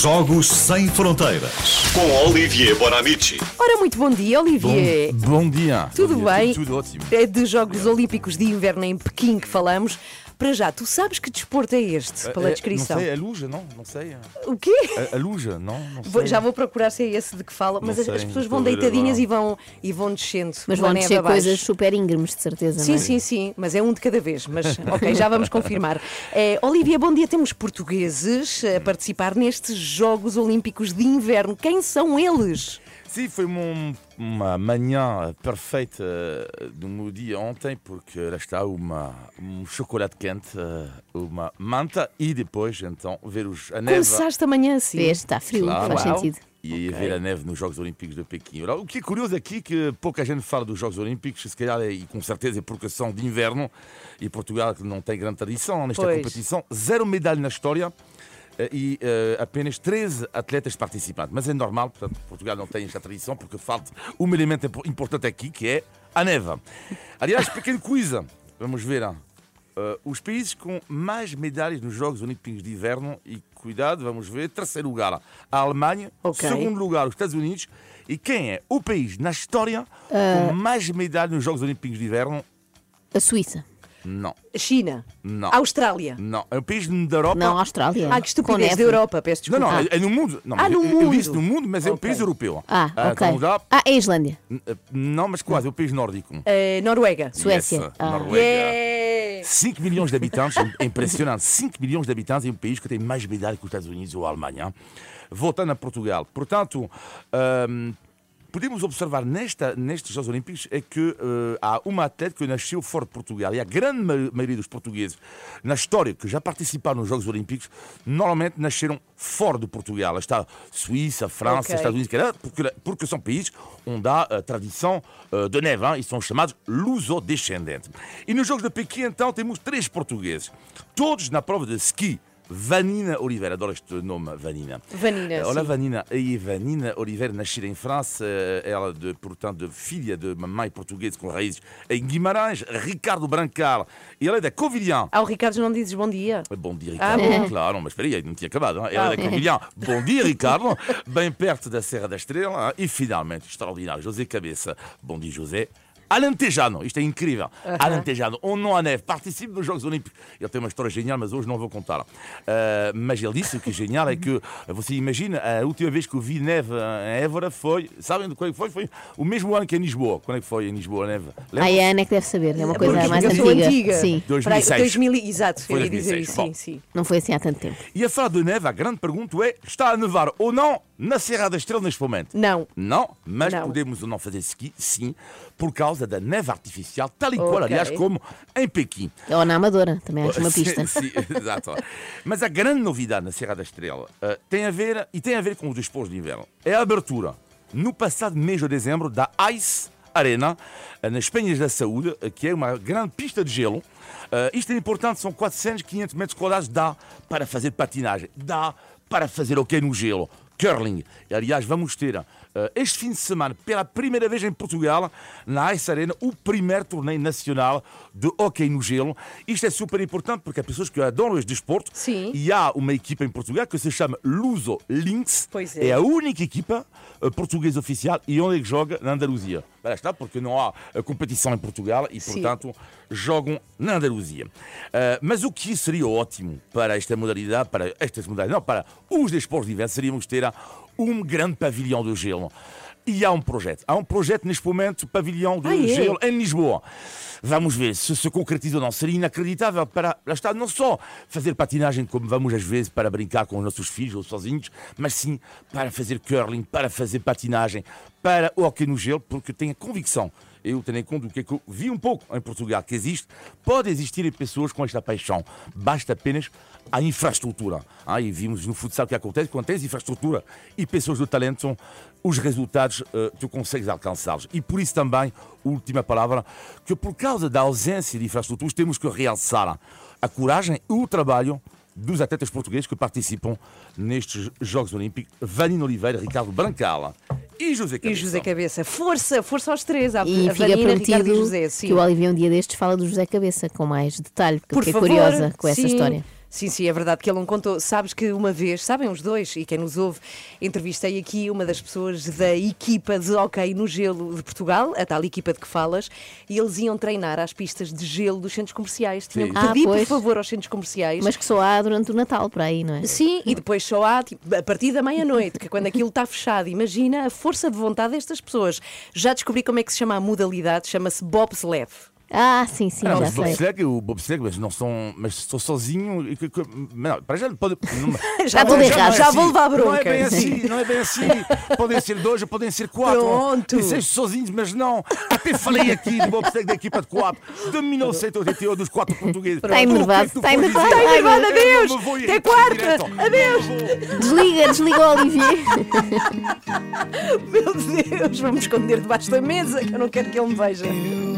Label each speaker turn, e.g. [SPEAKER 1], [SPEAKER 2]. [SPEAKER 1] Jogos Sem Fronteiras. Com Olivier Bonamici.
[SPEAKER 2] Ora, muito bom dia, Olivier.
[SPEAKER 3] Bom dia.
[SPEAKER 2] Tudo
[SPEAKER 3] Bom dia.
[SPEAKER 2] bem?
[SPEAKER 3] Tudo, tudo ótimo.
[SPEAKER 2] É dos Jogos Olímpicos de Inverno em Pequim que falamos. Para já, tu sabes que desporto é este, pela
[SPEAKER 3] É, é,
[SPEAKER 2] descrição?
[SPEAKER 3] Não sei, é luja, não? Não sei. É,
[SPEAKER 2] O quê?
[SPEAKER 3] é luja, não? não
[SPEAKER 2] Vou-
[SPEAKER 3] sei.
[SPEAKER 2] já vou procurar se é esse de que fala, mas as,
[SPEAKER 3] eh, sei,
[SPEAKER 2] as pessoas vão
[SPEAKER 3] estou a ver
[SPEAKER 2] deitadinhas
[SPEAKER 3] agora.
[SPEAKER 2] e vão, e vão descendo.
[SPEAKER 4] Mas
[SPEAKER 2] pela
[SPEAKER 4] vão
[SPEAKER 2] neve
[SPEAKER 4] ser
[SPEAKER 2] abaixo.
[SPEAKER 4] coisas super íngremes, de certeza.
[SPEAKER 2] Sim,
[SPEAKER 4] não é?
[SPEAKER 2] sim, sim, mas é um de cada vez. Mas, ok, já vamos confirmar. Eh, Olivia, bom dia. Temos portugueses a participar nestes Jogos Olímpicos de Inverno. Quem são eles?
[SPEAKER 3] Sim, foi mon- euh, uma manhã perfeita eh, no dia ontem, porque lá está uma, um chocolate quente, eh, uma manta e depois, então, ver os, a neve.
[SPEAKER 2] Começaste amanhã assim.
[SPEAKER 4] Vês, está frio,
[SPEAKER 3] Claro.
[SPEAKER 4] faz
[SPEAKER 3] Uau.
[SPEAKER 4] sentido.
[SPEAKER 3] E ver a neve nos Jogos Olímpicos de Pequim. Ora, O que é curioso aqui é que pouca gente fala dos Jogos Olímpicos, se calhar, e com certeza é porque são de inverno e Portugal que não tem grande tradição nesta
[SPEAKER 2] Pois.
[SPEAKER 3] competição. Zero medalha na história eh, e eh, apenas 13 atletas participantes. Mas é normal, portanto, Portugal não tem esta tradição porque falta um elemento impo- importante aqui que é a neve. Aliás, pequeno quiz, vamos ver. ah. Eh, os países com mais medalhas nos Jogos Olímpicos de Inverno e cuidado, vamos ver, terceiro lugar a Alemanha,
[SPEAKER 2] Ok.
[SPEAKER 3] segundo lugar os Estados Unidos e quem é o país na história com mais medalhas nos Jogos Olímpicos de Inverno?
[SPEAKER 4] A Suíça.
[SPEAKER 3] Não,
[SPEAKER 2] China.
[SPEAKER 3] Não.
[SPEAKER 2] Austrália.
[SPEAKER 3] não, é o país da Europa.
[SPEAKER 4] Não, a Austrália.
[SPEAKER 2] Ah, que
[SPEAKER 4] Com
[SPEAKER 2] estupidez
[SPEAKER 4] neve.
[SPEAKER 2] da Europa, peço
[SPEAKER 3] Não,
[SPEAKER 2] desculpa.
[SPEAKER 3] não, é é no mundo. Não,
[SPEAKER 2] Ah,
[SPEAKER 3] mas
[SPEAKER 2] no
[SPEAKER 3] eu, eu
[SPEAKER 2] mundo.
[SPEAKER 3] disse no mundo, mas é o
[SPEAKER 2] Ok.
[SPEAKER 3] país europeu.
[SPEAKER 4] Ah, ok.
[SPEAKER 3] então já-
[SPEAKER 4] Ah, é a Islândia.
[SPEAKER 3] eh, não, mas quase, é o país nórdico.
[SPEAKER 2] Eh, Noruega. é
[SPEAKER 4] Suécia.
[SPEAKER 3] Yes,
[SPEAKER 4] Ah.
[SPEAKER 3] Noruega.
[SPEAKER 2] Yeah.
[SPEAKER 3] 5 milhões de habitantes, é impressionante. 5 milhões de habitantes é um país que tem mais medalhas que os Estados Unidos ou a Alemanha. hein? Voltando a Portugal. Portanto, hum, podemos observar nesta, nestes Jogos Olímpicos é que eh, há uma atleta que nasceu fora de Portugal e a grande ma- maioria dos portugueses na história que já participaram nos Jogos Olímpicos normalmente nasceram fora de Portugal. Está Suíça, França,
[SPEAKER 2] Ok.
[SPEAKER 3] Estados Unidos, Canadá, porque, porque são países onde há eh, tradição eh, de neve, hein? Ils sont chamados luso-descendentes. E nos Jogos de Pequim, então, temos três portugueses, todos na prova de ski. Vanina Oliveira, adoro este nome, Vanina.
[SPEAKER 2] Vanina,
[SPEAKER 3] Eh, Olá,
[SPEAKER 2] sim.
[SPEAKER 3] Vanina. E Vanina Oliveira, nascida em França, eh, ela, de, portanto, filha de mamãe portuguesa com raízes em Guimarães, Ricardo Brancar. E ela é da Covilhã.
[SPEAKER 2] Ao Ah, Ricardo não dizes bom dia.
[SPEAKER 3] Bom dia,
[SPEAKER 2] Ah,
[SPEAKER 3] Ricardo. claro, mas espera aí, não tinha acabado. Hein? Era
[SPEAKER 2] Ah,
[SPEAKER 3] da Covilhã. Bom dia, Ricardo. Bem perto da Serra da Estrela. hein? E finalmente, extraordinário, José Cabeça. Bom dia, José. Alentejano, isto é incrível. Alentejano, um não a neve, participe dos Jogos Olímpicos. Ele tem uma história genial, mas hoje não vou contá-la. Eh, mas ele disse o que é genial é que, você imagina, a última vez que eu vi neve em Évora foi, sabem de quando é que foi? Foi o mesmo ano que em Lisboa. Quando é que foi em Lisboa a neve?
[SPEAKER 4] Ah,
[SPEAKER 3] Lembra?
[SPEAKER 4] é a Ana que deve saber, é uma coisa
[SPEAKER 3] Porque
[SPEAKER 4] mais
[SPEAKER 2] eu
[SPEAKER 4] antiga.
[SPEAKER 2] sou antiga.
[SPEAKER 4] Sim.
[SPEAKER 2] Para aí,
[SPEAKER 3] 2006.
[SPEAKER 2] 2000 e- exato,
[SPEAKER 3] Foi
[SPEAKER 2] eu ia dizer
[SPEAKER 3] 2006,
[SPEAKER 2] isso.
[SPEAKER 3] bom.
[SPEAKER 2] Sim, sim.
[SPEAKER 4] Não foi assim há tanto tempo.
[SPEAKER 3] E a falar de neve, a grande pergunta é: está a nevar ou não na Serra da Estrela neste momento?
[SPEAKER 2] Não.
[SPEAKER 3] Não, mas
[SPEAKER 2] Não.
[SPEAKER 3] podemos ou não fazer ski, sim, por causa da neve artificial, tal e qual,
[SPEAKER 2] Ok.
[SPEAKER 3] aliás, como em Pequim.
[SPEAKER 4] Ou na É Amadora, também acho uma
[SPEAKER 3] Sim,
[SPEAKER 4] pista.
[SPEAKER 3] sim, exato. Mas a grande novidade na Serra da Estrela eh, tem a ver, e tem a ver com os desportos de inverno, é a abertura, no passado mês de dezembro, da Ice Arena, eh, nas Penhas da Saúde, eh, que é uma grande pista de gelo. Eh, isto é importante, são 400, 500 metros quadrados, dá para fazer patinagem, dá para fazer hockey no gelo. Curling. E, Aliás, vamos ter eh, este fim de semana, pela primeira vez em Portugal, na Ice Arena, o primeiro torneio nacional de hockey no gelo. Isto é super importante porque há pessoas que adoram este desporto.
[SPEAKER 2] Sim.
[SPEAKER 3] E há uma equipa em Portugal que se chama Luso Lynx.
[SPEAKER 2] Pois é.
[SPEAKER 3] É a única equipa eh, portuguesa oficial e onde é que joga na Andaluzia. Lá está, porque não há eh, competição em Portugal e,
[SPEAKER 2] Sim.
[SPEAKER 3] portanto, jogam na Andaluzia. Eh, mas o que seria ótimo para esta modalidade, para estas modalidades, não, para os desportos diversos, seríamos ter ah, um grande pavilhão do gelo. E há um projeto. Há um projeto neste momento, pavilhão do
[SPEAKER 2] Ah, é?
[SPEAKER 3] gelo em Lisboa. Vamos ver se se concretiza ou não. Seria inacreditável para, lá está, não só fazer patinagem como vamos às vezes para brincar com os nossos filhos ou sozinhos, mas sim para fazer curling, para fazer patinagem, para o hockey no gelo, porque tenho a convicção, eu tenho em conta o que é que eu vi um pouco em Portugal, que existe, pode existir pessoas com esta paixão. Basta apenas a infraestrutura. Ah, e vimos no futsal o que acontece quando tens infraestrutura e pessoas do talento são os resultados eh, tu consegues alcançá-los. E por isso também, última palavra, que por causa da ausência de infraestruturas temos que realçar a coragem e o trabalho dos atletas portugueses que participam nestes Jogos Olímpicos. Vanina Oliveira, Ricardo Brancal e José
[SPEAKER 2] E
[SPEAKER 3] Cabeça.
[SPEAKER 2] José Cabeça, força, força aos três. À,
[SPEAKER 4] E
[SPEAKER 2] a
[SPEAKER 4] fica
[SPEAKER 2] Vanina, Ricardo
[SPEAKER 4] prometido
[SPEAKER 2] e José, sim.
[SPEAKER 4] que o Olivier um dia destes fala do José Cabeça com mais detalhe, porque
[SPEAKER 2] Por
[SPEAKER 4] fiquei
[SPEAKER 2] favor,
[SPEAKER 4] curiosa com essa
[SPEAKER 2] sim.
[SPEAKER 4] história.
[SPEAKER 2] Sim, sim, é verdade que ele não contou. Sabes que uma vez, sabem os dois, e quem nos ouve, entrevistei aqui uma das pessoas da equipa de hockey no gelo de Portugal, a tal equipa de que falas, e eles iam treinar às pistas de gelo dos centros comerciais. Tinham
[SPEAKER 3] Sim.
[SPEAKER 2] que
[SPEAKER 4] Ah,
[SPEAKER 2] pedir, por
[SPEAKER 4] pois.
[SPEAKER 2] favor, aos centros comerciais.
[SPEAKER 4] Mas que só há durante o Natal, para aí, não é?
[SPEAKER 2] Sim, e depois só há, tipo, a partir da meia-noite, que é quando aquilo está fechado, imagina a força de vontade destas pessoas. Já descobri como é que se chama a modalidade, chama-se bobsled.
[SPEAKER 4] Ah, sim, sim,
[SPEAKER 3] Não,
[SPEAKER 4] já
[SPEAKER 3] mas o
[SPEAKER 4] sei.
[SPEAKER 3] bobsled, o bobsled, mas não são. Mas estou sozinho. e que- que- mas não, para já não pode. Não,
[SPEAKER 2] Já
[SPEAKER 4] vou
[SPEAKER 3] não é
[SPEAKER 4] errar,
[SPEAKER 3] assim.
[SPEAKER 2] já vou levar
[SPEAKER 3] Não é
[SPEAKER 2] bronca.
[SPEAKER 3] bem assim, não é bem assim. Podem ser dois ou podem ser quatro.
[SPEAKER 2] Pronto.
[SPEAKER 3] E seis sozinhos, mas não. Até falei aqui do bobsled da equipa de quatro de 1988 dos quatro portugueses.
[SPEAKER 4] Está enervado,
[SPEAKER 3] O que
[SPEAKER 4] está
[SPEAKER 3] é que tu
[SPEAKER 4] enervado.
[SPEAKER 3] podes dizer?
[SPEAKER 4] Está
[SPEAKER 3] Eu
[SPEAKER 4] enervado,
[SPEAKER 3] não me
[SPEAKER 2] adeus.
[SPEAKER 3] vou ir
[SPEAKER 2] Até
[SPEAKER 3] aqui
[SPEAKER 2] quarta,
[SPEAKER 3] direto.
[SPEAKER 2] adeus.
[SPEAKER 3] Não vou.
[SPEAKER 4] Desliga, desliga o Olivier.
[SPEAKER 2] Meu Deus, vamos esconder debaixo da mesa, que eu não quero que ele me veja.